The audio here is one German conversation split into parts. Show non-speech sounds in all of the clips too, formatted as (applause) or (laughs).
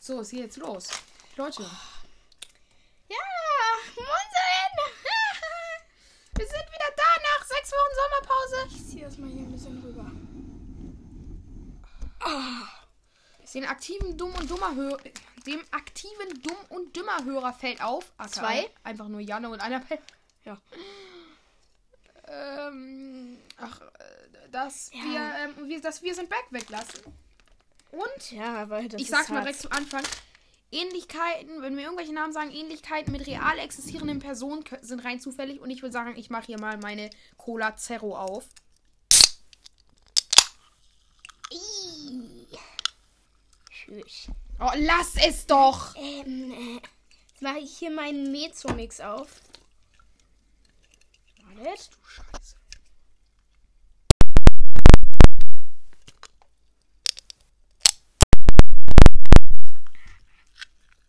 So, es geht jetzt los. Leute, Ja, Munzeln! (laughs) Wir sind wieder da nach sechs Wochen (laughs) Sommerpause. Ich ziehe das mal hier ein bisschen rüber. den aktiven Dumm und Dummer Hör dem aktiven Dumm und Dümmer Hörer fällt auf. aka Zwei. Einfach nur Janne und Annabelle. Ja. Ähm, ach, äh, dass Ja. wir, ähm, wir, dass wir sind back weglassen. Und Ja, aber das ich sag's mal direkt zum Anfang. Ähnlichkeiten, wenn wir irgendwelche Namen sagen, Ähnlichkeiten mit real existierenden Personen kö- sind rein zufällig. Und ich würde sagen, ich mache hier mal meine Cola Zero auf. Tschüss. Oh, lass es doch! Ähm, äh, jetzt mache ich hier meinen Mezzo-Mix auf. Wartet. Du Scheiße.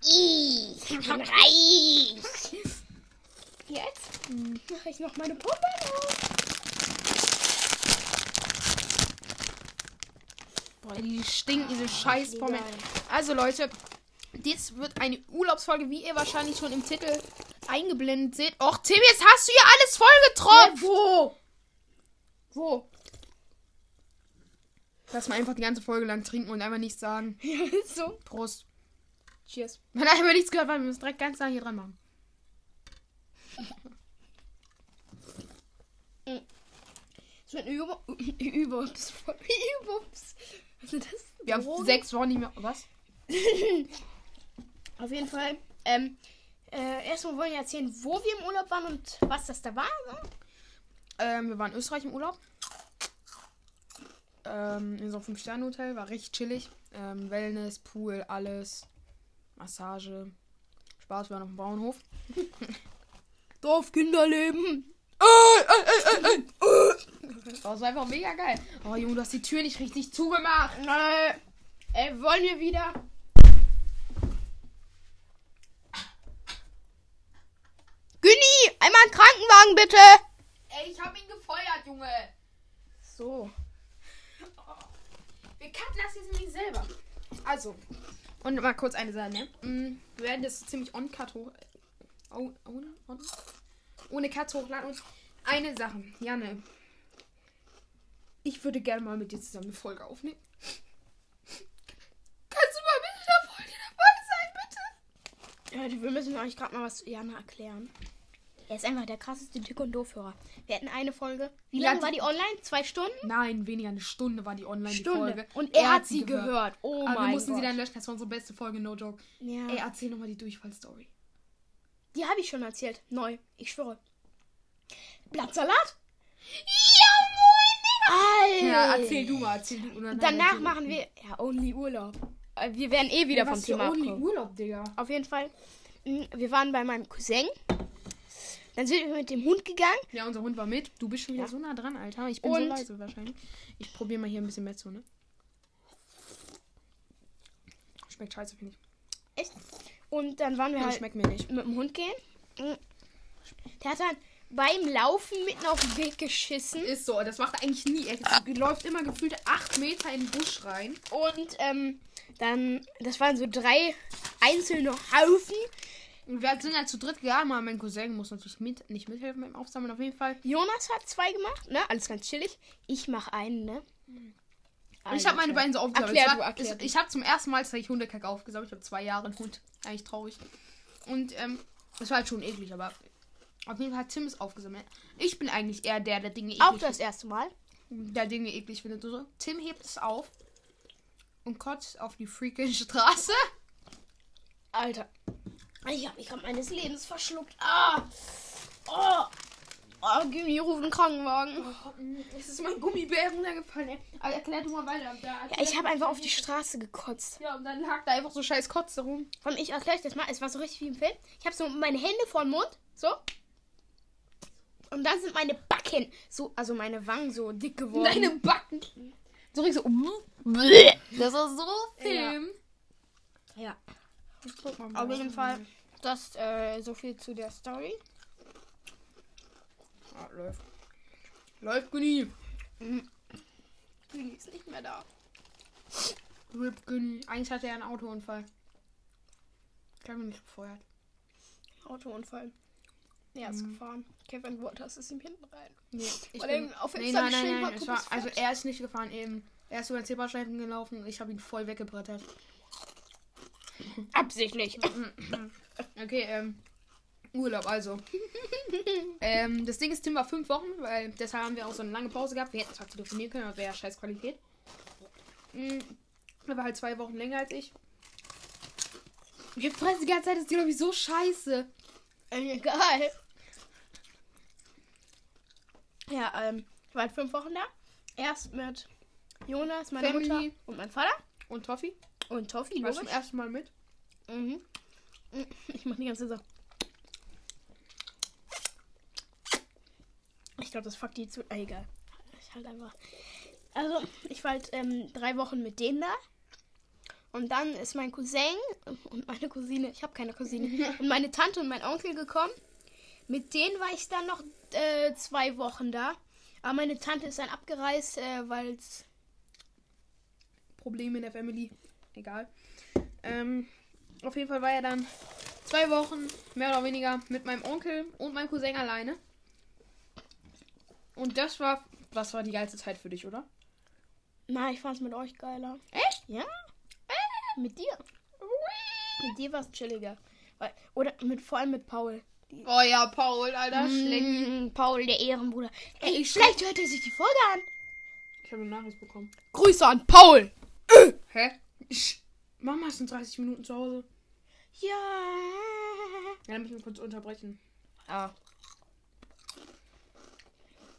Ich bin reich. Jetzt mache ich noch meine Pumpe (laughs) auf. Boah, die stinken, diese scheiß Pommes. Also Leute, das wird eine Urlaubsfolge, wie ihr wahrscheinlich schon im Titel eingeblendet seht. Och, Tim, jetzt hast du hier alles vollgetropft. wo? Wo? Lass mal einfach die ganze Folge lang trinken und einfach nichts sagen. so. Prost. Cheers. Man hat einfach nichts gehört, weil wir müssen direkt ganz nah hier dran machen. So ein (laughs) Übung. Übungs. Übungs. Was ist das? Wir haben Drogen? sechs Wochen nicht mehr. Was? Auf jeden Fall. Ähm, äh, erstmal wollen wir erzählen, wo wir im Urlaub waren und was das da war. Ne? Ähm, wir waren in Österreich im Urlaub. Ähm, in so einem Fünf-Sterne-Hotel, war richtig chillig. Ähm, Wellness, Pool, alles. Massage. Spaß, wir waren auf dem Bauernhof. Dorf, Kinderleben. Das war einfach mega geil. Oh Junge, du hast die Tür nicht richtig zugemacht. Äh, äh, wollen wir wieder. Günni, einmal einen Krankenwagen bitte. Ey, ich hab ihn gefeuert, Junge. Oh. So. Wir cutten das jetzt nämlich selber. Also, und mal kurz eine Sache, ne? Mm, Wir werden das ziemlich on-cut hoch... Oh, on, on, ohne Cuts hochladen. Und eine Sache, Janne. Ich würde gerne mal mit dir zusammen eine Folge aufnehmen. Kannst du mal mit in der Folge dabei sein, bitte? Leute, wir müssen euch gerade mal was zu Jana erklären. Er ist einfach der krasseste Dick- und Doofhörer. Wir hatten eine Folge. Wie Ja, lange die- war die online? Zwei Stunden? Nein, weniger eine Stunde war die online die Folge. Und er, hat sie gehört. Oh Aber wir mein mussten Gott. sie dann löschen. Das war unsere beste Folge, no joke. ja. Ey, erzähl nochmal die Durchfallstory. Die habe ich schon erzählt. Neu. Ich schwöre. Blattsalat? Ja, moin, Digga! Ja, erzähl du mal, erzähl du. Und dann- Danach dann- machen wir. Ja, Only Urlaub. Äh, Wir werden eh wieder Ja, vom was für Thema Only abkommen. Urlaub, Digga. Auf jeden Fall. mm, Wir waren bei meinem Cousin. Dann sind wir mit dem Hund gegangen. Ja, unser Hund war mit. Du bist schon wieder Ja. so nah dran, Alter. Ich bin so Und- leise wahrscheinlich. Ich probiere mal hier ein bisschen Mezzo, ne? Schmeckt scheiße, finde ich. Echt? Und dann waren wir Ja, halt schmeckt mir nicht. mit dem Hund gehen. Mm. Der hat dann beim Laufen mitten auf den Weg geschissen. Ist so, das macht er eigentlich nie. Er läuft immer gefühlt acht Meter in den Busch rein. Und ähm, dann, das waren so drei einzelne Haufen. Und wir sind ja zu dritt gegangen, aber mein Cousin muss natürlich mit, nicht mithelfen beim Aufsammeln. Auf jeden Fall Jonas hat zwei gemacht, ne? Alles ganz chillig. Ich mach einen, ne? Und ich habe meine Alter. beiden so aufgesammelt. Erklär Es du, war, erklär es- du. ich habe zum ersten Mal tatsächlich Hundekacke aufgesammelt. Ich habe zwei Jahre einen Hund. Eigentlich traurig. Und ähm, es war halt schon eklig, aber auf jeden Fall hat Tim es aufgesammelt. Ich bin eigentlich eher der, der Dinge eklig, Auch das erste Mal. der Dinge eklig findet. und So. Tim hebt es auf und kotzt auf die freaking Straße. Alter. Ich hab mich am meines Lebens verschluckt. Ah! Oh! Oh, Gimmi, ruf einen Krankenwagen. Es (laughs) ist mein Gummibär runtergefallen. Ey. Aber erklär du mal weiter. Da, Ja, ich habe einfach auf die Straße gekotzt. Ja, und dann lag da einfach so scheiß Kotze rum. Komm, ich erkläre euch das mal. Es war so richtig wie im Film. Ich habe so meine Hände vor den Mund. So. Und dann sind meine Backen, so, also meine Wangen so dick geworden. Deine Backen. So richtig mhm. so. das war so Tim. Ja. Guck mal, Auf jeden Fall, das äh, so viel zu der Story. Ah, läuft. Läuft Günni. Juli ist nicht mehr da. Rip Günni. Eigentlich hatte er einen Autounfall. Kevin nicht gefeuert. Autounfall. Er ist gefahren. Kevin Waters ist ihm hinten rein. Nee, ich Weil bin, er auf nee, Insta nein, nein, geschrieben nein. hat, Es du war, bist also fett. er ist nicht gefahren eben. Er ist über den Zebrastreifen gelaufen und ich habe ihn voll weggebrettert. Absichtlich. Okay, ähm, Urlaub (laughs) also. ähm, das Ding ist, Tim war fünf Wochen, weil deshalb haben wir auch so eine lange Pause gehabt. Wir hätten zwar telefonieren können, aber wäre ja scheiß Qualität. Mm, Er war halt zwei Wochen länger als ich. Wir fressen die ganze Zeit, das ist glaube ich so scheiße. Äh, Egal. Ja, ähm, ich war halt fünf Wochen da. Erst mit Jonas, meine Family. Mutter und mein Vater. Und Toffi, Und Toffi, warst du logisch. zum ersten Mal mit? Mhm. Ich mach die ganze Sache. Ich glaube, das fuckt die zu. Ah, egal. Ich halt einfach. Also, ich war halt ähm, drei Wochen mit denen da. Und dann ist mein Cousin und meine Cousine, ich habe keine Cousine, und meine Tante und mein Onkel gekommen. Mit denen war ich dann noch äh, zwei Wochen da. Aber meine Tante ist dann abgereist, äh, weil es. Probleme in der Family. Egal. Ähm, auf jeden Fall war er dann zwei Wochen, mehr oder weniger, mit meinem Onkel und meinem Cousin alleine. Und das war, das war die geilste Zeit für dich, oder? Na, ich fand's mit euch geiler. Echt? Ja? Mit dir. Mit dir war es chilliger. Weil- Oder mit, vor allem mit Paul. Oh ja, Paul, Alter, schlecht. Mm, Paul, der Ehrenbruder. Ey, Ey, ich- vielleicht hört er sich die Folge an. Ich habe eine Nachricht bekommen. Grüße an Paul. Hä? Ich, Mama ist in 30 Minuten zu Hause. Ja. Ja, dann müssen wir kurz unterbrechen. Ah.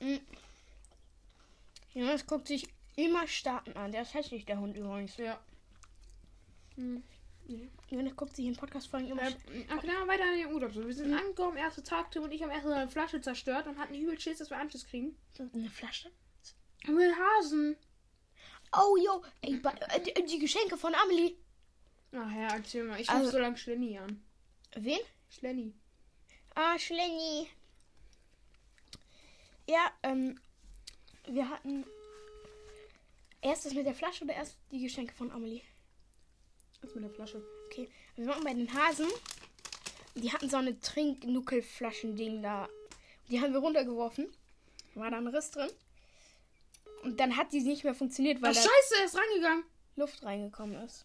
Mm. Jonas guckt sich immer Staaten an. Der ist hässlich, der Hund übrigens. Ja. Jonas guckt sich in Podcast-Folgen immer Ähm, okay, dann mal weiter an den Urlaub. So, wir sind angekommen, erster Tag, Tim und ich haben erst eine Flasche zerstört und hatten übel Schiss, dass wir Anschluss kriegen. Sta- Eine Flasche. Mit Hasen. Oh, yo. Ey, ba- äh, die, die Geschenke von Amelie. Ach ja, erzähl mal. Ich Also- rufe so lange Schlenny an. Wen? Schlenny. Ah, Schlenny. Ja, ähm, wir hatten erst das mit der Flasche oder erst die Geschenke von Amelie? Was mit der Flasche? Okay, wir waren bei den Hasen. Die hatten so eine Trinknuckelflaschending da. Die haben wir runtergeworfen. War da ein Riss drin. Und dann hat die nicht mehr funktioniert, weil Ach, da scheiße, er ist rangegangen. Luft reingekommen ist.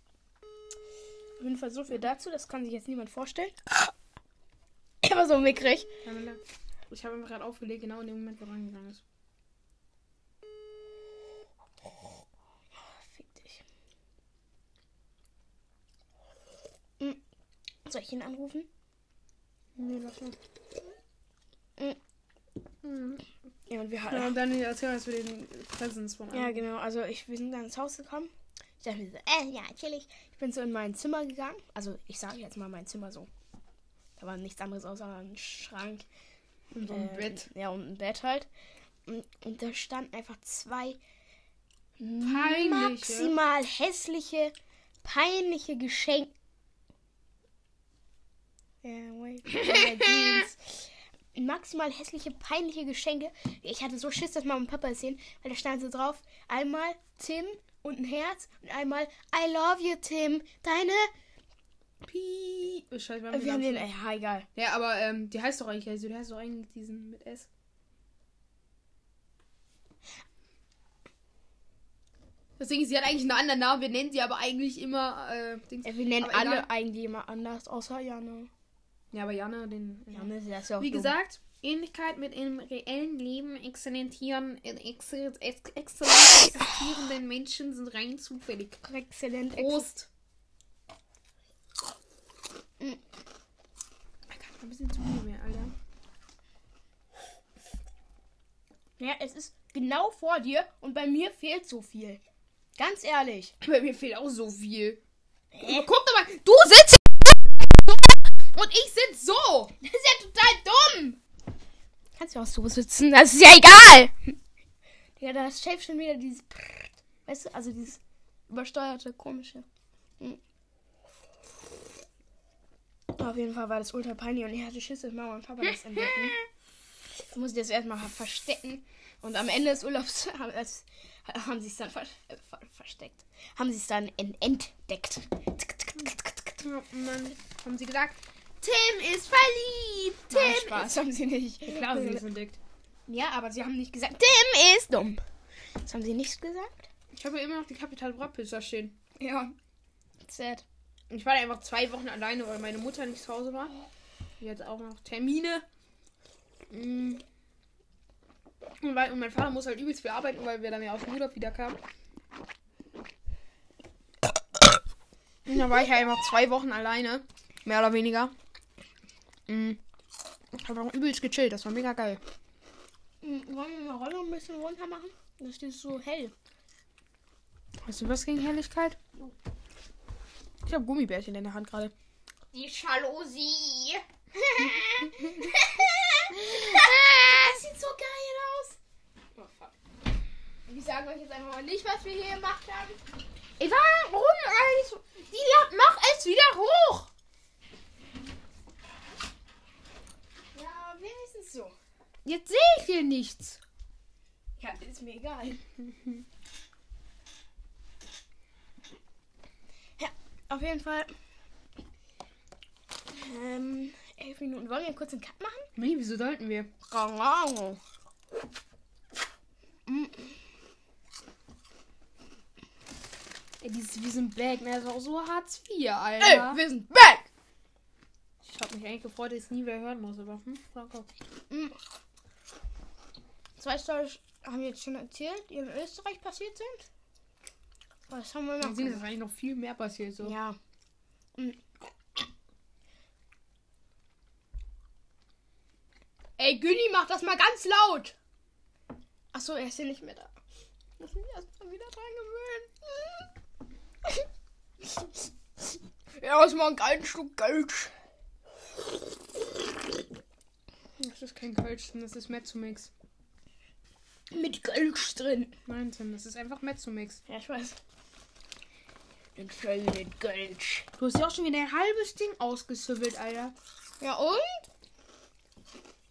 Auf jeden Fall so viel dazu. Das kann sich jetzt niemand vorstellen. (coughs) Er war so mickrig. Camilla, Ich habe ihn gerade aufgelegt, genau in dem Moment, wo er rangegangen ist. Oh, Fick dich. Hm. Soll ich ihn anrufen? Nee, lass mal. Äh. Ja, und wir Ja, hatten. und dann erzählen wir, dass wir den Präsens von Ja, genau. Also ich, wir sind dann ins Haus gekommen. Ich dachte mir so, äh, ja, chillig. Ich bin so in mein Zimmer gegangen. Also ich sage jetzt mal mein Zimmer so. Da war nichts anderes außer ein Schrank. in so einem äh, Bett. Ja, und ein Bett halt. Und, und da standen einfach zwei Peinliche. maximal hässliche, peinliche Geschenke. Ja, (laughs) wait. my jeans. Maximal hässliche, peinliche Geschenke. Ich hatte so Schiss, dass Mama und Papa es sehen, weil da standen sie drauf. Einmal Tim und ein Herz und einmal I love you, Tim. Deine. Piep. Oh, Scheiße, wir haben Wir haben den den. Namen Ja, egal. schon- Ja, aber ähm, die heißt doch eigentlich, also die heißt doch eigentlich diesen mit S. Deswegen, sie hat eigentlich einen anderen Namen. Wir nennen sie aber eigentlich immer. Äh, Dings. Ja, Wir nennen Aber alle egal. eigentlich immer anders, außer Janne. Ja, aber Jana, den. Janne ist ja auch Wie dumm. gesagt, Ähnlichkeit mit im reellen Leben exzellentieren, in ex ex exzellent existierenden Menschen sind rein zufällig. Exzellent. Prost! Mm. Ich kann ein bisschen zu viel mehr, Alter. Ja, es ist genau vor dir und bei mir fehlt so viel. Ganz ehrlich. Bei mir fehlt auch so viel. Äh. Guck doch mal, du sitzt und ich sitz so. Das ist ja total dumm. Kannst ja auch so sitzen, das ist ja egal. Ja, da ist Shape schon wieder dieses. Prrrt. Weißt du, also dieses übersteuerte, komische. Hm. Auf jeden Fall war das ultra peinlich und ich hatte Schiss, dass Mama und Papa (laughs) das entdecken. Ich musste das erstmal verstecken. Und am Ende des Urlaubs (laughs) haben, es- haben sie es dann ver, ver, versteckt. Haben sie es dann en- entdeckt. Tick, tick, tick, tick, tick. Oh Mann. Haben sie gesagt, Tim ist verliebt. Tim Nein, Spaß, haben sie nicht. ist... Klar, sie ist entdeckt. Ja, aber sie haben nicht gesagt, Tim ist dumm. Das haben sie nicht gesagt. Ich habe immer noch die Capital Bra Pizza stehen. Ja. Sad. Ich war da einfach zwei Wochen alleine, weil meine Mutter nicht zu Hause war. Die hatte auch noch Termine. Mm. Und, weil, und mein Vater muss halt übelst viel arbeiten, weil wir dann ja aus dem Urlaub wieder kamen. Und dann war ich ja einfach zwei Wochen alleine. Mehr oder weniger. Mm. Ich habe auch übelst gechillt, das war mega geil. Hm, Wollen wir mal Rolle ein bisschen runter machen? Das ist so (laughs) hell. Hast du was gegen Helligkeit? Ich habe Gummibärchen in der Hand gerade. Die Jalousie. das sieht so geil aus. Oh, Ich sage euch jetzt einfach mal nicht, was wir hier gemacht haben. Ey, warum eigentlich? so- Die la- mach es wieder hoch! Ja, wenigstens so. Jetzt sehe ich hier nichts. Ja, ist mir egal. ja, auf jeden Fall. Ähm, elf Minuten. Wollen wir kurz einen Cut machen? Nee, wieso sollten wir? Ey, dieses, wir sind back, ne? Das war auch so Hartz IV, Alter. wir sind back! ich hab mich eigentlich gefreut, dass ich nie wieder hören muss, aber hm, danke. Zwei Storys haben wir jetzt schon erzählt, die in Österreich passiert sind. Was haben wir noch? Dann sehen, gemacht? dass eigentlich noch viel mehr passiert, so. Ja. Ey, Günni, mach das mal ganz laut! Achso, er ist ja nicht mehr da. Muss mich erstmal wieder dran gewöhnen. (laughs) Ja, ist mal einen geilen Schluck Geld. Das ist kein Kölsch, das ist Mezzomix. Mit Geld drin. Nein, Tim, das ist einfach Mezzomix. Ja, ich weiß. Den Schell mit Geld. Du hast ja auch schon wieder ein halbes Ding ausgesüffelt, Alter. Ja, und?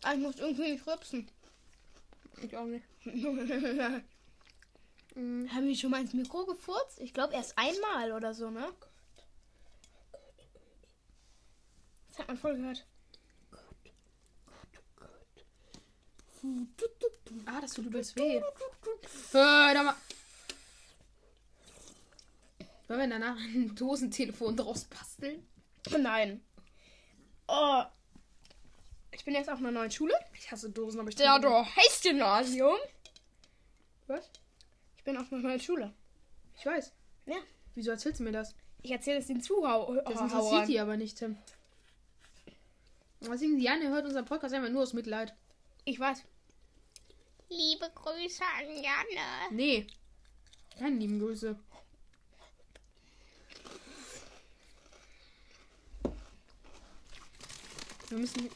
Ah, ich muss irgendwie nicht rübsen. (laughs) Ich auch nicht. Mhm. Haben wir schon mal ins Mikro gefurzt? Ich glaube erst einmal oder so, ne? Das hat man voll gehört. Ah, das tut übelst weh. Äh, da mal. Wollen wir danach ein Dosentelefon draus basteln? Nein. Oh. Ich bin jetzt auf einer neuen Schule. Ich hasse Dosen, aber ich. Ja, du heißt Gymnasium. Was? Ich bin auf einer neuen Schule. Ich weiß. Ja. Wieso erzählst du mir das? Ich erzähle es den Zuhauern. Das interessiert die aber nicht, Tim. Deswegen, Janne hört unseren Podcast einfach nur aus Mitleid. Ich weiß. Liebe Grüße an Janne. Nee. Keine lieben Grüße. Wir müssen.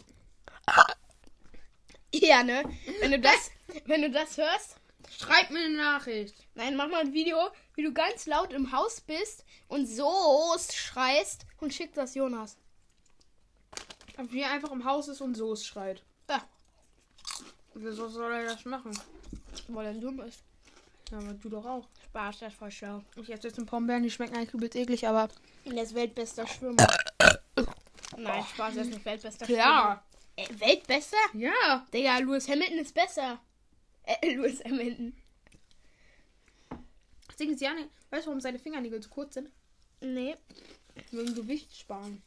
Ja, ne? Wenn du das, wenn du das hörst. Schreib mir eine Nachricht. Nein, mach mal ein Video, wie du ganz laut im Haus bist und so schreist und schick das Jonas. Ob wir einfach im Haus ist und Soße schreit. Ja, Wieso soll er das machen? weil er dumm ist. Ja, aber du doch auch. Spaß, das ist voll schlau. Ich esse jetzt einen Pombeeren, die schmecken eigentlich übelst eklig, aber. Und er ist weltbester Schwimmer. Nein, Spaß, er ist nicht weltbester Ja! Schwimmer. Äh, weltbester? Ja! Digga, Lewis Hamilton ist besser. Äh, Lewis Hamilton. Das Ding ist, Janne, weißt du, warum seine Fingernägel so kurz sind? Nee. Wegen Gewicht sparen.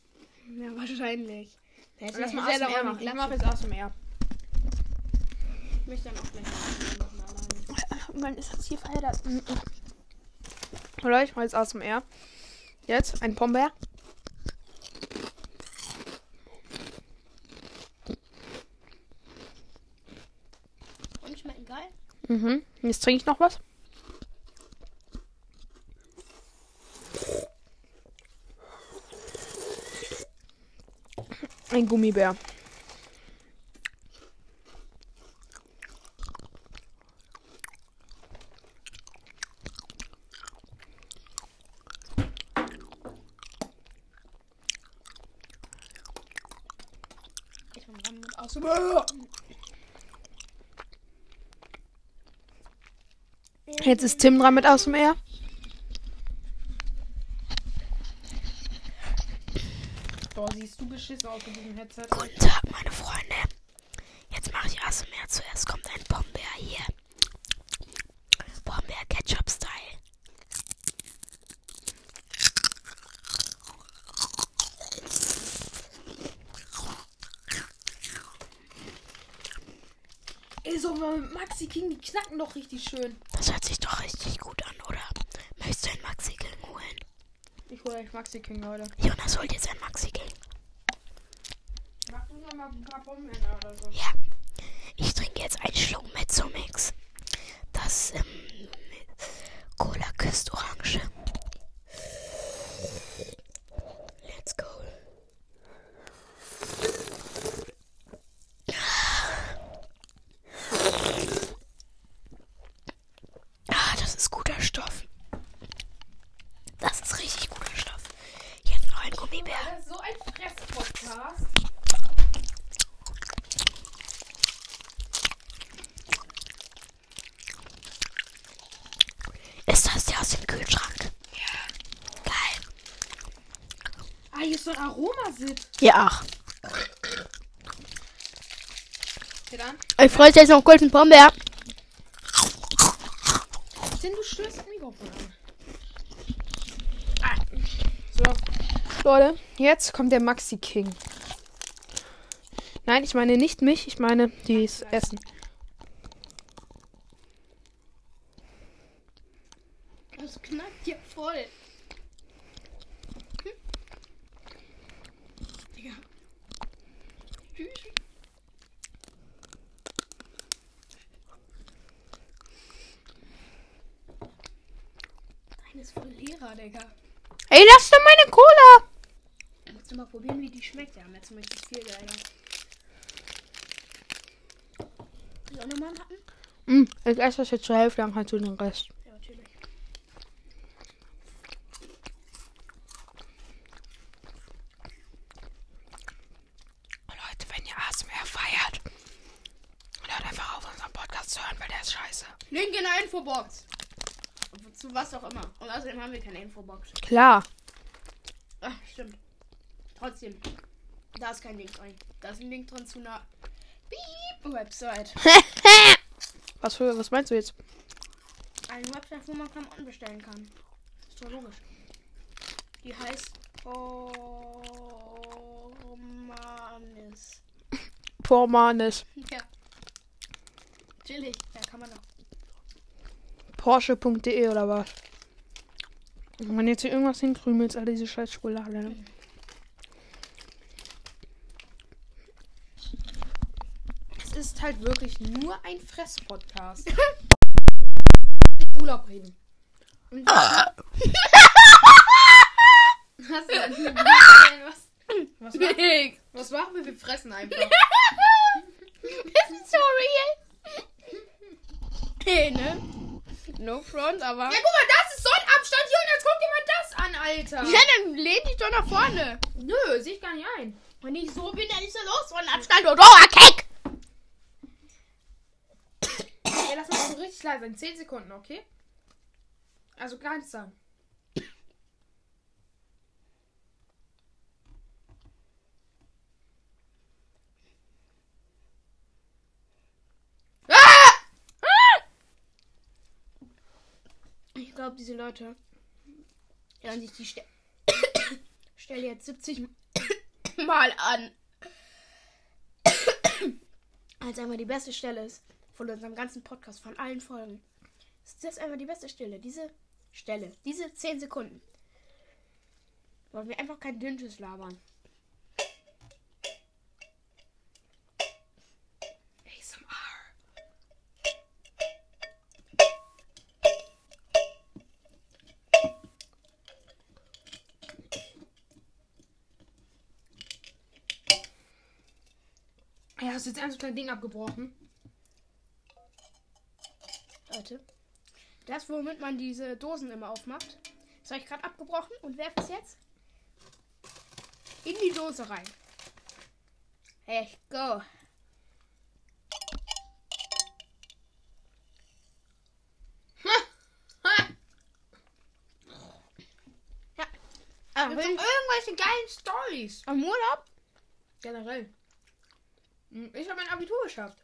Ja, wahrscheinlich. Hätte, Lass mal hätte er ASMR doch auch machen. nicht Ich mache klatschen. jetzt ASMR. Ich möchte dann auch gleich machen, alleine. Wann ist das hier verheddert? Oder ich mache jetzt ASMR. Jetzt ein Pombeer. Und schmecken geil. Mhm. Jetzt trinke ich noch was. Ein Gummibär. Ich bin dran mit ASMR. Jetzt ist Tim dran mit aus dem Meer. Boah, siehst du beschissen aus mit diesem Headset. Guten Tag, meine Freunde. Jetzt mache ich ASMR. Zuerst kommt ein Bombeer hier. Bombeer Ketchup Style. Ey, so mit Maxi King, die knacken doch richtig schön. Das hört sich doch richtig gut an, oder? Möchtest du ein Maxi King holen? Ich hole euch Maxi King, Leute. Jonas holt jetzt ein Maxi King. Mach du mal ein paar Bomben oder so. Ja. Ich trinke jetzt einen Schluck Mezzomix. Das ähm, Cola küsst Orange. Let's go. Ah, das ist guter Stoff. Das ist richtig guter Stoff. Jetzt noch ein Gummibär. Das ist so ein Fress-Podcast. Ist das der aus dem Kühlschrank? Ja. Geil. Ah, hier ist so ein Aromasit. Ja. ach. Okay, dann. Ich freue jetzt noch kurz einen Pombeer. Denn du stößt am Mikrofon an. Ah. So. Leute, jetzt kommt der Maxi King. Nein, ich meine nicht mich, ich meine dieses Essen. Das knackt ja voll. Hm. Digga. Tschüss. Deine ist voll leerer, Digga. Ey, lass doch meine Cola! Musst du mal probieren, wie die schmeckt. Wir haben jetzt möchte ich viel geiler. Soll ich auch nochmal hatten? Mm, ich esse das jetzt zur Hälfte, dann kannst du den Rest. Ja, natürlich. Leute, wenn ihr ASMR feiert, hört einfach auf unseren Podcast zu hören, weil der ist scheiße. Link in der Infobox. Zu was auch immer. Und außerdem haben wir keine Infobox. Klar. Ach, stimmt. Trotzdem. Da ist kein Link drin. Da ist ein Link drin zu einer Piep Website. Was, für, was meinst du jetzt? Eine Website, wo man Klamotten bestellen kann. Ist doch logisch. Die heißt Oh Romanis. Poor Manes. (laughs) Ja. Chillig. Ja, kann man doch. Porsche.de E oder was? Wenn man jetzt hier irgendwas hinkrümelt, all diese scheiß Schokolade. Ne? Es ist halt wirklich nur ein Fress-Podcast. Urlaub reden. Hast du an diesem Website was? Was, Nix. was machen wir? Wir fressen (laughs) einfach. Das ist so real. Okay, ne? No front, aber. Ja, guck mal, das ist Sonnenabstand hier und jetzt guck dir mal das an, Alter. Ja, dann lehn dich doch nach vorne. Nö, sehe ich gar nicht ein. Wenn ich so bin, dann ist er los von Stand und Rohr, Keck! Ey, lass mal so richtig leise sein. 10 Sekunden, okay? Also gar nichts sagen. Ich glaube, diese Leute hören sich die Ste (coughs) Stelle jetzt 70 (coughs) Mal an. (coughs) Als einmal die beste Stelle ist von unserem ganzen Podcast, von allen Folgen. Ist das einmal die beste Stelle? Diese Stelle, diese 10 Sekunden. Wollen wir einfach kein Dünnschiss labern. ASMR. Ja, hast du jetzt einfach dein Ding abgebrochen? Leute, das, womit man diese Dosen immer aufmacht, das habe ich gerade abgebrochen und werfe es jetzt in die Dose rein. Echt go. Ja, Ah, Mit so will, irgendwelchen geilen Stories. am Urlaub? Generell. Hm, Ich habe mein Abitur geschafft.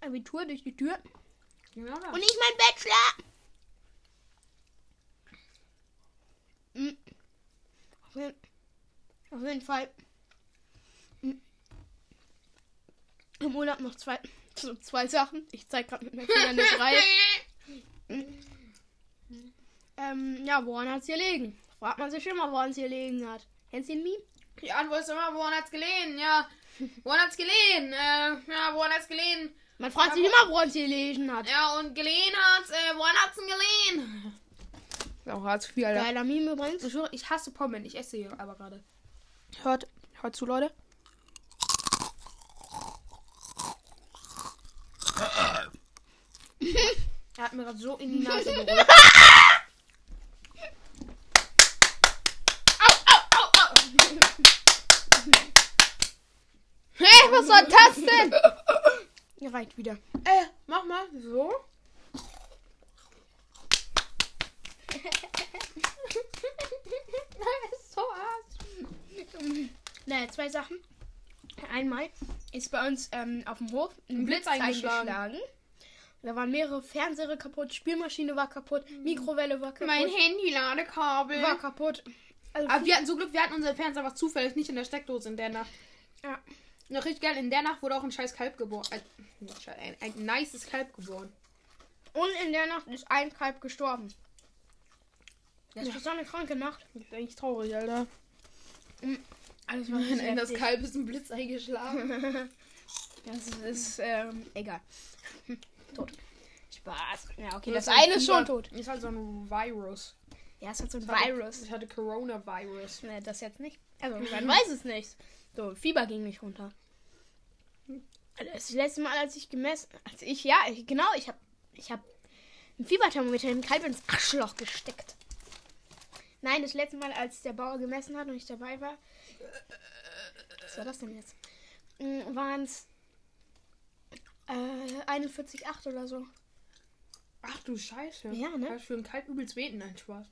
Abitur durch die Tür. Genau das. Und ich mein Bachelor. Mhm. Auf, jeden, auf jeden Fall. Mhm. Im Urlaub noch zwei, so zwei Sachen. Ich zeig gerade mit meinen Fingern eine (laughs) drei. Ähm, ja, woran hat's hier liegen? Fragt man sich immer, woran es hier liegen hat. Kennst du den Meme? Die Antwort ist immer, woran hat's gelegen? Ja. Woran hat's gelegen? Äh, ja, woran hat's gelegen? Man fragt sich immer, woran es hier liegen hat. Ja, und gelegen hat's, äh, woran hat's denn gelegen? Ist auch Hartz IV, Alter. Geiler Meme übrigens. (laughs) Ich, schwöre, ich hasse Pommes, ich esse hier aber gerade. Hört, hört zu, Leute. er hat mir gerade so in die (laughs) Nase gerollt. Au, au, au, au. (laughs) Hey, was war das denn? Ihr reicht wieder. Äh, mach mal so. Nein, ist so hart. Naja, zwei Sachen. Einmal ist bei uns ähm, auf dem Hof ein, Ein Blitz, Blitz eingeschlagen. eingeschlagen. Da waren mehrere Fernseher kaputt, Spülmaschine war kaputt, Mikrowelle war kaputt. Mein Handy-Ladekabel. war kaputt. Also Aber wir hatten so Glück, wir hatten unseren Fernseher einfach zufällig nicht in der Steckdose in der Nacht. Ja. Noch richtig geil, in der Nacht wurde auch ein scheiß Kalb geboren. Ein, ein, ein nices Kalb geboren. Und in der Nacht ist ein Kalb gestorben. Das war so eine kranke Nacht. Das ist eigentlich traurig, Alter. Alles war In das heftig. Kalb ist ein Blitz eingeschlagen. Das ist, ähm, egal. Hm, tot. Spaß. Ja, okay, das, war eine ist Fieber. schon tot. Ist halt so ein Virus. Ja, es hat so ein Ich hatte- Virus. Ich hatte Coronavirus. Ne, das jetzt nicht. Also, man weiß es nicht. So, Fieber ging nicht runter. Also, Das letzte Mal, als ich gemessen, als ich, ja, ich, genau, ich habe ich hab ein Fieberthermometer im Kalb ins Arschloch gesteckt. Nein, das letzte Mal, als der Bauer gemessen hat und ich dabei war, was war das denn jetzt? Waren es äh, 41,8 oder so. Ach du Scheiße. Ja, ne? Hab ich Für einen Kalb übelst beten, nein, Spaß.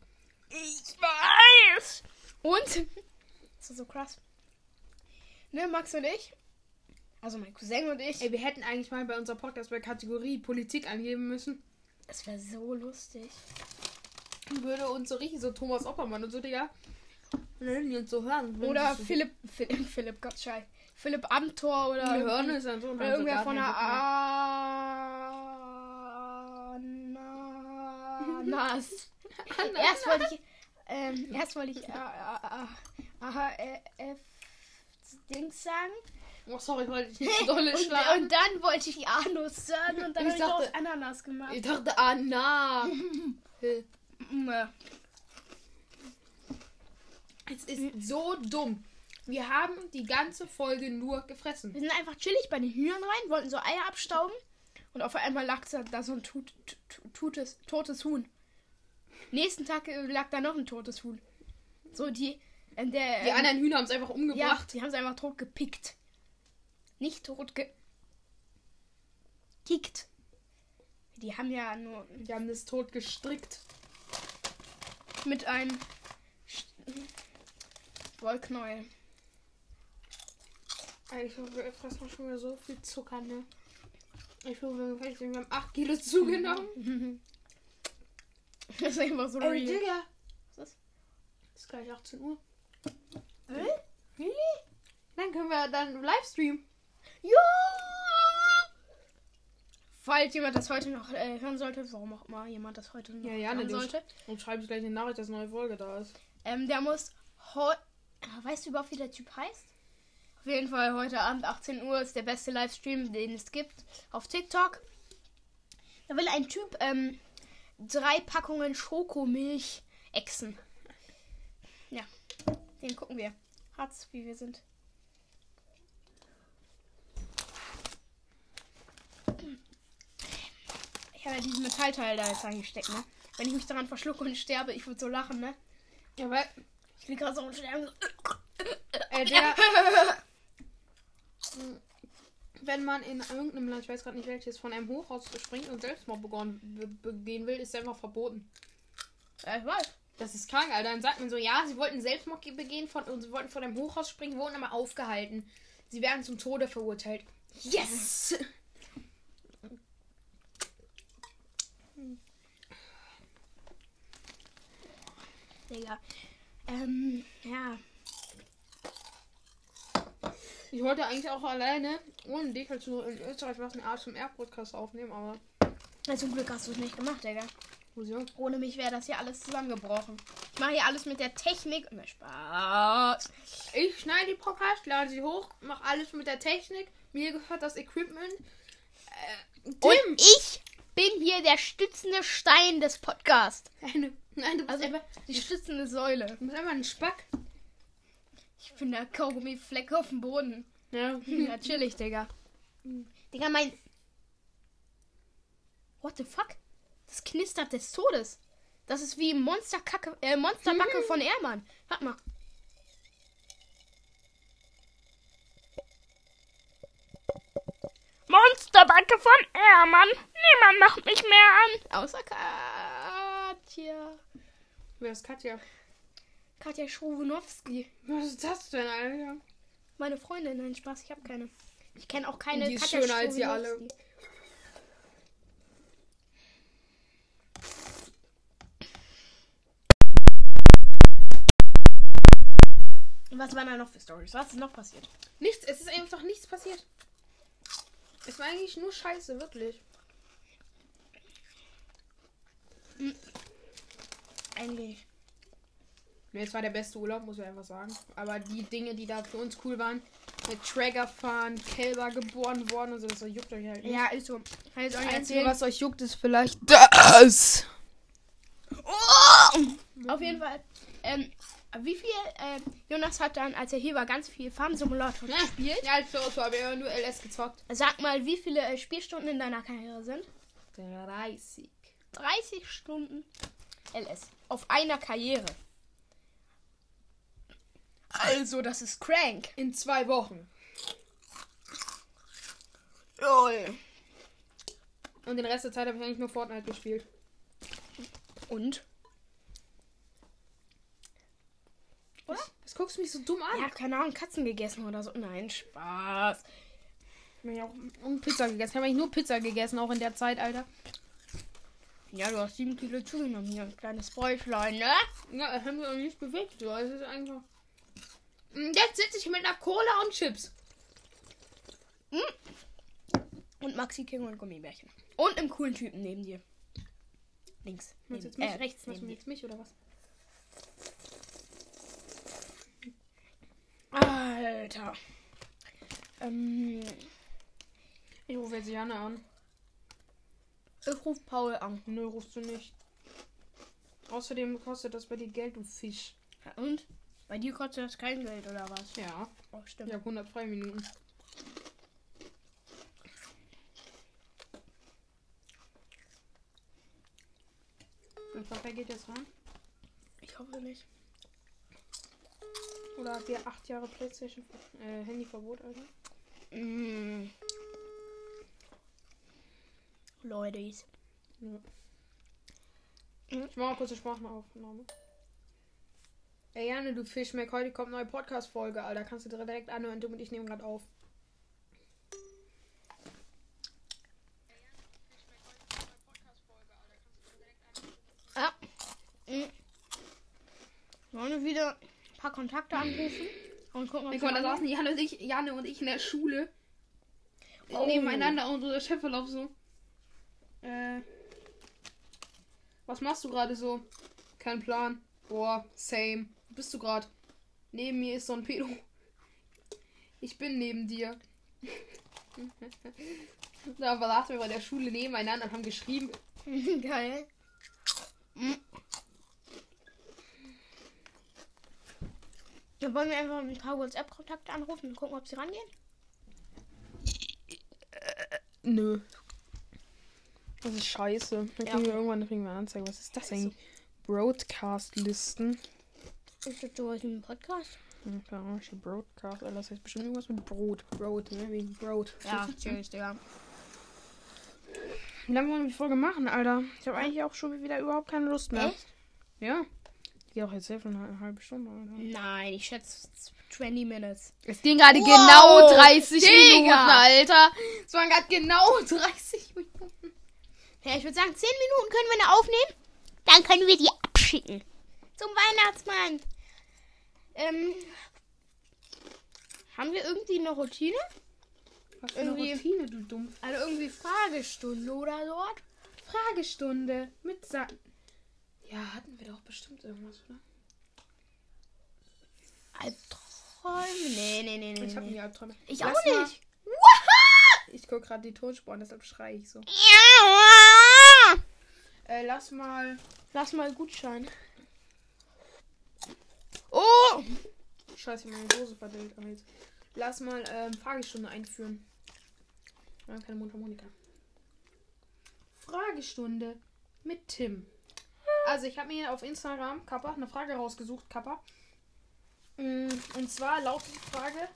Ich weiß! Und? (laughs) Das ist so krass. Ne, Max und ich? Also mein Cousin und ich. Ey, wir hätten eigentlich mal bei unserer Podcast bei Kategorie Politik angeben müssen. Es wäre so lustig. Würde uns so richtig so Thomas Oppermann und so, Digga. Und dann würden die uns so hören. Oder Würden Philipp, Philipp, Philipp Gottschalk. Philipp Amthor die so- oder, Wir hören uns dann so. und oder haben so irgendwer gar von der keinen Bock mehr. Ananas. erst wollte ich, ähm, erst wollte ich äh, äh, äh, äh, äh, Dings sagen. Oh, sorry, ich wollte dich (laughs) nicht so dolle Und, schlagen. und dann wollte ich Anus sagen und dann Ich habe ich dachte- daraus Ananas gemacht. ich dachte, ah, na. Mua. es ist so dumm. Wir haben die ganze Folge nur gefressen. Wir sind einfach chillig bei den Hühnern rein, wollten so Eier abstauben und auf einmal lag da, da so ein tut, tut, tutes, totes Huhn. Nächsten Tag äh, lag da noch ein totes Huhn. So die, äh, der, Die ähm, anderen Hühner haben es einfach ja, umgebracht. die haben es einfach tot gepickt. Nicht tot ge... Kickt. Die haben ja nur Die haben es tot gestrickt. mit einem Sch- Wollknäuel. (laughs) Ich wir fressen schon wieder so viel Zucker, ne? Ich glaube, wir haben 8 Kilo zugenommen. Das ist einfach so Ey, real. Digga. Was ist Ist gleich 18 Uhr. Really? Really? Dann können wir dann Livestream. Ja! Falls jemand das heute noch äh, hören sollte, warum auch immer jemand das heute noch Ja, ja, hören ne, den- sollte, Und schreibe ich gleich eine Nachricht, dass eine neue Folge da ist. ähm, der muss heute. Weißt du überhaupt, wie der Typ heißt? Auf jeden Fall heute Abend 18 Uhr ist der beste Livestream, den es gibt, auf TikTok. Da will ein Typ ähm, drei Packungen Schokomilch exen. Ja, den gucken wir. Hartz, wie wir sind. Ich habe ja diesen Metallteil da jetzt reingesteckt, ne? Wenn ich mich daran verschlucke und sterbe, ich würde so lachen, ne? Ja, weil. Ich bin gerade so am Sterben. so, Äh, der, (laughs) wenn man in irgendeinem Land, ich weiß gerade nicht welches, von einem Hochhaus springt und Selbstmord begonnen, be begehen will, ist es einfach verboten. Ja, Äh, ich weiß. Das ist krank, Alter. Dann sagt man so, ja, sie wollten Selbstmord begehen von, und sie wollten von dem Hochhaus springen, wurden aber aufgehalten. Sie werden zum Tode verurteilt. (laughs) Yes! Digga. Ähm, ja. Ich wollte eigentlich auch alleine ohne dich halt so in Österreich was eine Art zum Erb-Podcast aufnehmen, aber Na, Zum Glück hast du es nicht gemacht, Digga. Fusion. Ohne mich wäre das hier alles zusammengebrochen. Ich mache hier alles mit der Technik. Na, Spaß. Ich schneide die Podcast, lade sie hoch, mache alles mit der Technik. Mir gehört das Equipment. Äh, Tim! Und ich bin hier der stützende Stein des Podcasts. Nein, du- nein, du bist, Also einfach, die stützende Säule. du bist einfach ein Spack. Ich bin der Kaugummi-Fleck auf dem Boden. Ja. (laughs) Ja, chillig, Digga. Digga, mein. What the fuck? Das knistert des Todes. Das ist wie Monsterkacke, äh, (laughs) Monsterbacke von Ehrmann. Warte mal. Monsterbacke von Ehrmann. Niemand macht mich mehr an. Außer Katja. Wer ist Katja? Katja Schruwunowski. Was ist das denn, Alter? Meine Freundin. Nein, Spaß, ich habe keine. Ich kenne auch keine Die ist Katja schöner als ihr Schruwinowski. alle. Was waren da noch für Stories? Was ist noch passiert? Nichts, es ist einfach nichts passiert. Es war eigentlich nur Scheiße, wirklich. Eigentlich. Nee, es war der beste Urlaub, muss ich einfach sagen. Aber die Dinge, die da für uns cool waren, mit Tracker fahren, Kälber geboren worden und so, das juckt euch halt nicht. Ja, ist so. Kann jetzt auch das nicht Einzige, erzählen. was euch juckt, ist vielleicht das. Oh! Auf jeden Fall. Ähm, wie viel ähm, Jonas hat dann, als er hier war, ganz viel Farmsimulator gespielt? Ja, als so, aber wir haben nur LS gezockt. Sag mal, wie viele äh, Spielstunden in deiner Karriere sind? 30. 30 Stunden LS. Auf einer Karriere. Also, das ist crank. In zwei Wochen. Lol. Und den Rest der Zeit habe ich eigentlich nur Fortnite gespielt. Und? Oder? Das guckst du mich so dumm an. Ja, keine Ahnung, Katzen gegessen oder so. Nein, Spaß. Ich habe auch und Pizza gegessen. Ich habe eigentlich nur Pizza gegessen, auch in der Zeit, Alter. Ja, du hast 7 Kilo zugenommen hier. Ein kleines Bäuchlein, ne? Ja, das haben wir auch nicht bewegt. So, es ist einfach. Und Jetzt sitze ich mit einer Cola und Chips. Und Maxi King und Gummibärchen. Und im coolen Typen neben dir. Links. Neben, Meinst du jetzt äh, mich? rechts Meinst du neben dir. jetzt mich oder was? Alter. Ähm, Ich rufe jetzt Janne an. ich ruf Paul an. ah, Nö, rufst du nicht. Außerdem kostet das bei dir Geld, du Fisch. Ja, Und? Bei dir kostet das kein Geld oder was? Ja. Oh, Ich stimmt. habe 100 Freiminuten. Mein Vater geht jetzt ran. Ich hoffe nicht. Oder habt ihr 8 Jahre Playstation äh, Handyverbot, Alter? Mm. Leute. Ja. Ich mache mal kurz eine Sprachnahaufnahme. Ey, Janne, du Fischmeck, heute kommt neue Podcast-Folge, Alter. Kannst du direkt anhören, du und ich nehmen gerade auf. Ja. Mm. Wollen wir wieder ein paar Kontakte anrufen? Und gucken, ob Mein wir Gott, da dran saßen Janne und, ich, Janne und ich in der Schule. Oh. Nebeneinander und unser Chef auf so. Äh. Was machst du gerade so? Kein Plan. Boah, same. Wo bist du gerade? Neben mir ist so ein Pedo. Ich bin neben dir. (laughs) da saßen wir bei der Schule nebeneinander und haben geschrieben. gehen. (laughs) Geil. Mm. Dann wollen wir einfach ein paar WhatsApp-Kontakte anrufen und gucken, ob sie rangehen. Nö. Das ist scheiße. Dann Ja. kriegen wir irgendwann kriegen wir eine Anzeige. Was ist das eigentlich? Broadcast-Listen. Ist das sowas wie ein Podcast? Ja, Keine Ahnung, steht oh, Broadcast, Alter, das heißt bestimmt irgendwas mit Brot. Brot, ne? Wegen Brot. natürlich, Digga. Wie lange wollen wir die Folge machen, Alter? Ich habe eigentlich auch schon wieder überhaupt keine Lust mehr. Echt? Ja. Geht doch jetzt helfen, eine halbe Stunde. Alter. Nein, ich schätze 20 Minutes. Es ging gerade Wow, genau 30 Digga. Minuten, Alter. Es waren gerade genau 30 Minuten. Ja, ich würde sagen, 10 Minuten können wir noch aufnehmen. Dann können wir die abschicken. Zum Weihnachtsmann. Ähm, haben wir irgendwie eine Routine? Was für eine Routine, du dumm. Also irgendwie Fragestunde oder dort? Fragestunde mit Sa Ja, hatten wir doch bestimmt irgendwas, oder? Albträume? Nee, nee, nee, nee. Ich habe nee. nie Albträume. Ich Lass auch mal- nicht. Ich guck gerade die Tonspuren, deshalb schreie ich so. Ja. Äh, lass mal. Lass mal Gutschein. Oh! Scheiße, meine Hose verdellt. Aber jetzt. Lass mal ähm, Fragestunde einführen. Wir haben keine Mundharmonika. Fragestunde mit Tim. Also ich habe mir auf Instagram Kappa eine Frage rausgesucht, Kappa. Mm, Und zwar lautet die Frage: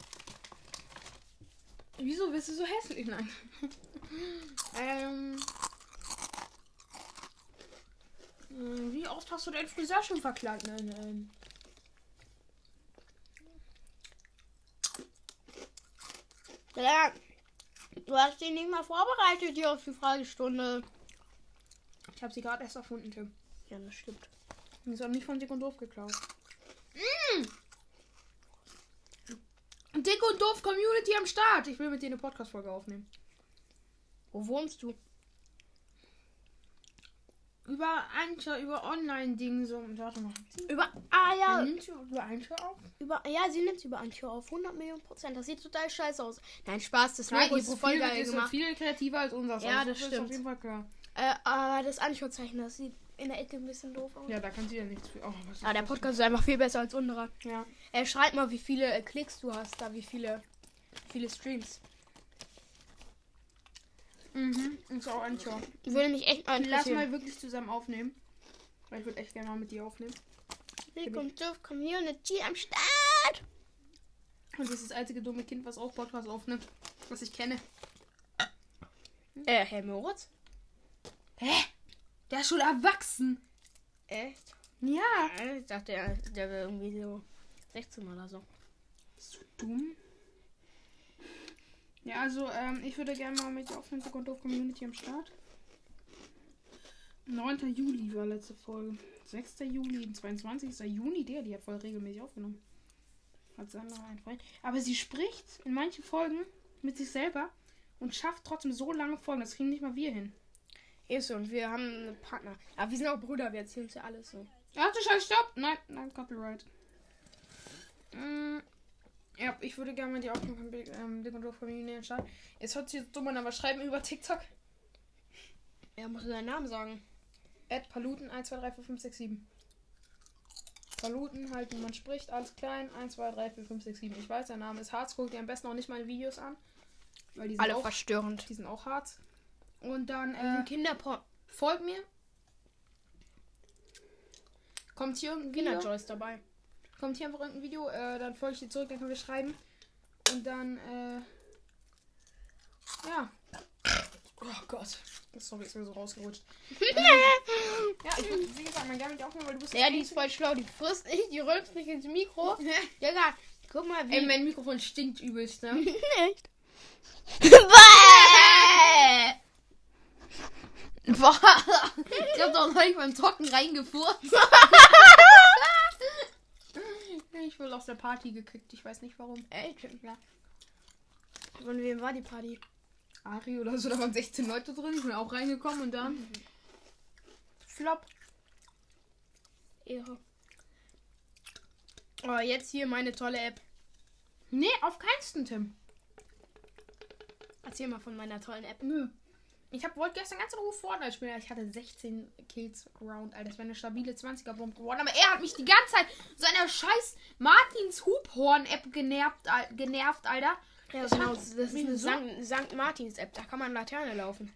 Wieso bist du so hässlich? (laughs) Nein. ähm, äh, wie oft hast du deinen Friseur schon verklagt? Nein, ähm, Ja. Du hast dich nicht mal vorbereitet hier auf die Fragestunde. Ich habe sie gerade erst erfunden, Tim. Ja, das stimmt. Die ist auch nicht von Dick und Doof geklaut. Mm. Dick und Doof Community am Start. Ich will mit dir eine Podcast-Folge aufnehmen. Wo wohnst du? Über Anchor, über Online-Ding so. Warte mal. Über. Ah ja, Nimmst du über Anchor auf? über, ja, sie nimmt über Antio auf 100 Millionen Prozent. Das sieht total scheiße aus. Nein, Spaß, das Nein, Logo ihr ist voll Profil geil ist so gemacht. viel kreativer als unser. also Ja, Das das ist auf stimmt. jeden Fall klar. Äh, aber das Antio-Zeichen, das sieht in der Ecke ein bisschen doof aus. Ja, da kann sie ja nichts für. Oh, was ist Ah, der das? Podcast ist einfach viel besser als unserer. Ja. Äh, schreib mal, wie viele äh, Klicks du hast da, wie viele, wie viele Streams. Mhm. Ist auch Anchor. Würde mich echt mal Lass interessieren. mal wirklich zusammen aufnehmen. Weil ich würde echt gerne mal mit dir aufnehmen. Willkommen zur Community am Start. Und das ist das einzige dumme Kind, was auch Podcast aufnimmt. Was ich kenne. Äh, Herr Moritz? Hä? Der ist schon erwachsen. Echt? Ja. Äh, Ich dachte, er- der wäre irgendwie so 16 oder so. Bist du dumm? Ja, also ähm, ich würde gerne mal mit der offenen Dick und Doof Community am Start. 9. Juli war letzte Folge. 6. Juli, 22. Juni, der, die hat voll regelmäßig aufgenommen. Hat Sandra einen Freund. Aber sie spricht in manchen Folgen mit sich selber und schafft trotzdem so lange Folgen. Das kriegen nicht mal wir hin. Ist so, und wir haben einen Partner. Aber wir sind auch Brüder, wir erzählen uns ja alles so. Ach du Scheiße, stopp! Nein, nein, Copyright. Mm, ja, ich würde gerne mal die Aufnahme von Big- ähm, Dick und Doof Community entscheiden. Es hört sich jetzt dumm an, aber schreiben über TikTok. Er muss seinen Namen sagen. At Paluten 1, 2, 3, 4, 5, 6, 7. Paluten halt, wie man spricht, alles klein. 1, 2, 3, 4, 5, 6, 7. Ich weiß, sein Name ist Harz. Guckt ihr am besten auch nicht meine Videos an. Weil die sind, Alle auch, verstörend. die sind auch Harz. Und dann Äh, äh, Kinderpop. folgt mir. Kommt hier irgendein Video? Kinderjoyce dabei. (laughs) Kommt hier einfach irgendein Video, äh, dann folge ich dir zurück, dann können wir schreiben. Und dann, äh, ja. Oh Gott. Sorry, ist mir so rausgerutscht. ähm, ja, ich würde, wie gesagt, mal gerne mit dir aufnehmen, weil du bist... Ja, die ist voll schlau. Die frisst nicht, die rülpst nicht ins (laughs) Mikro. Digga, guck mal, wie. Ey, mein Mikrofon stinkt übelst, ne? (laughs) Echt? Bäh! Boah, ich hab doch neulich beim Trocken (laughs) reingefurzt. ich wurde aus der Party gekickt, ich weiß nicht warum. Echt? Ja. Von wem war die Party? Ari oder so, da waren 16 Leute drin, ich bin auch reingekommen und dann... Flop. Ehre. Oh, jetzt hier meine tolle App. Nee, auf keinsten, Tim. Erzähl mal von meiner tollen App. Nö. Ich hab, wollte gestern ganz in Ruhe Fortnite spielen. aber Ich hatte 16 Kills round, Alter. Das wäre eine stabile 20er Bomb geworden. Aber er hat mich die ganze Zeit mit seiner scheiß Martins Hubhorn-App genervt, Al- genervt, Alter. Ja, Das genau. hat Das ist mich eine so- Sankt, Sankt Martins App. Da kann man Laterne laufen.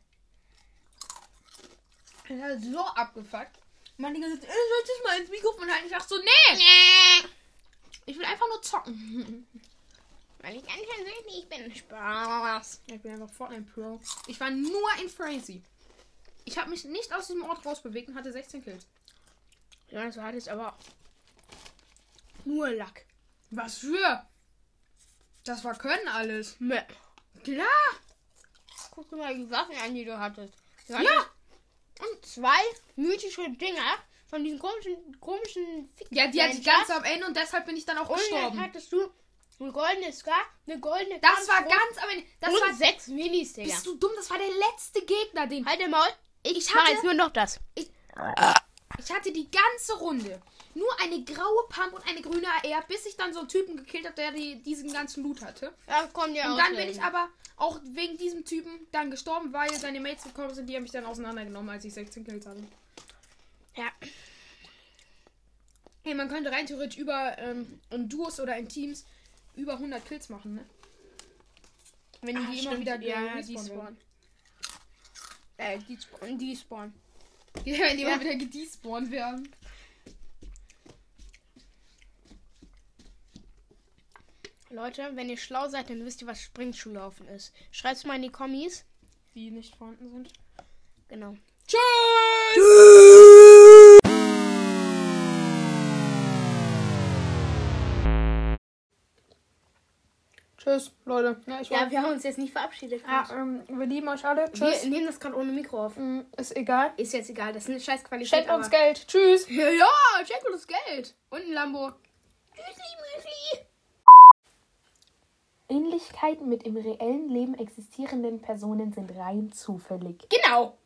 Er hat so abgefuckt. Mein Digga sagt, ey, äh, soll ich das mal ins Mikrofon halten? Ich dachte so, nee. Ich will einfach nur zocken. (laughs) Weil ich ganz schön süchtig bin. Spaß. Ich bin einfach Fortnite Pro. Ich war nur in Frenzy. Ich habe mich nicht aus diesem Ort rausbewegt und hatte 16 Kills. Jonas, du hattest aber nur Lack. Was für? Das war können alles. Meh. Klar. Guck dir mal die Sachen an, die du hattest. Du Ja. hattest Und zwei mythische Dinger von diesen komischen, komischen Fick Ja, die hat die ganze am Ende und deshalb bin ich dann auch Und dann gestorben. hattest du eine goldene Scar, eine goldene Das war Kampfrust ganz am Ende. Das und war. sechs Minis, Digga. Bist du dumm? Das war der letzte Gegner, den. Halt den Maul. Ich, Ich mach hatte- jetzt nur noch das. Ich hatte die ganze Runde nur eine graue Pump und eine grüne AR, bis ich dann so einen Typen gekillt habe, der die, diesen ganzen Loot hatte. Das kommt ja Und dann bin ich aber auch wegen diesem Typen dann gestorben, weil seine Mates gekommen sind, die haben mich dann auseinandergenommen, als ich 16 Kills hatte. Ja. Hey, man könnte rein theoretisch über ähm, in Duos oder in Teams über 100 Kills machen, ne? Wenn die Ah, immer stimmt. wieder Ja, ja, die respawnen. Äh, die, sp die spawnen. Ja, wenn die immer wieder gedespawnt werden. Leute, wenn ihr schlau seid, dann wisst ihr, was Springschuhlaufen ist. Schreibt's mal in die Kommis. Die nicht vorhanden sind. Genau. Tschüss! Tschüss, Leute. Ja, ich Ja, wir haben uns jetzt nicht verabschiedet. ja, ähm, wir lieben euch alle. Ah, wir Tschüss. nehmen das gerade ohne Mikro auf. Mm, Ist egal. Ist jetzt egal, das ist eine scheiß Qualität. Schenkt uns aber- Geld. Tschüss. Ja, schenkt uns Geld. Und ein Lambo. Ähnlichkeiten mit im reellen Leben existierenden Personen sind rein zufällig. Genau.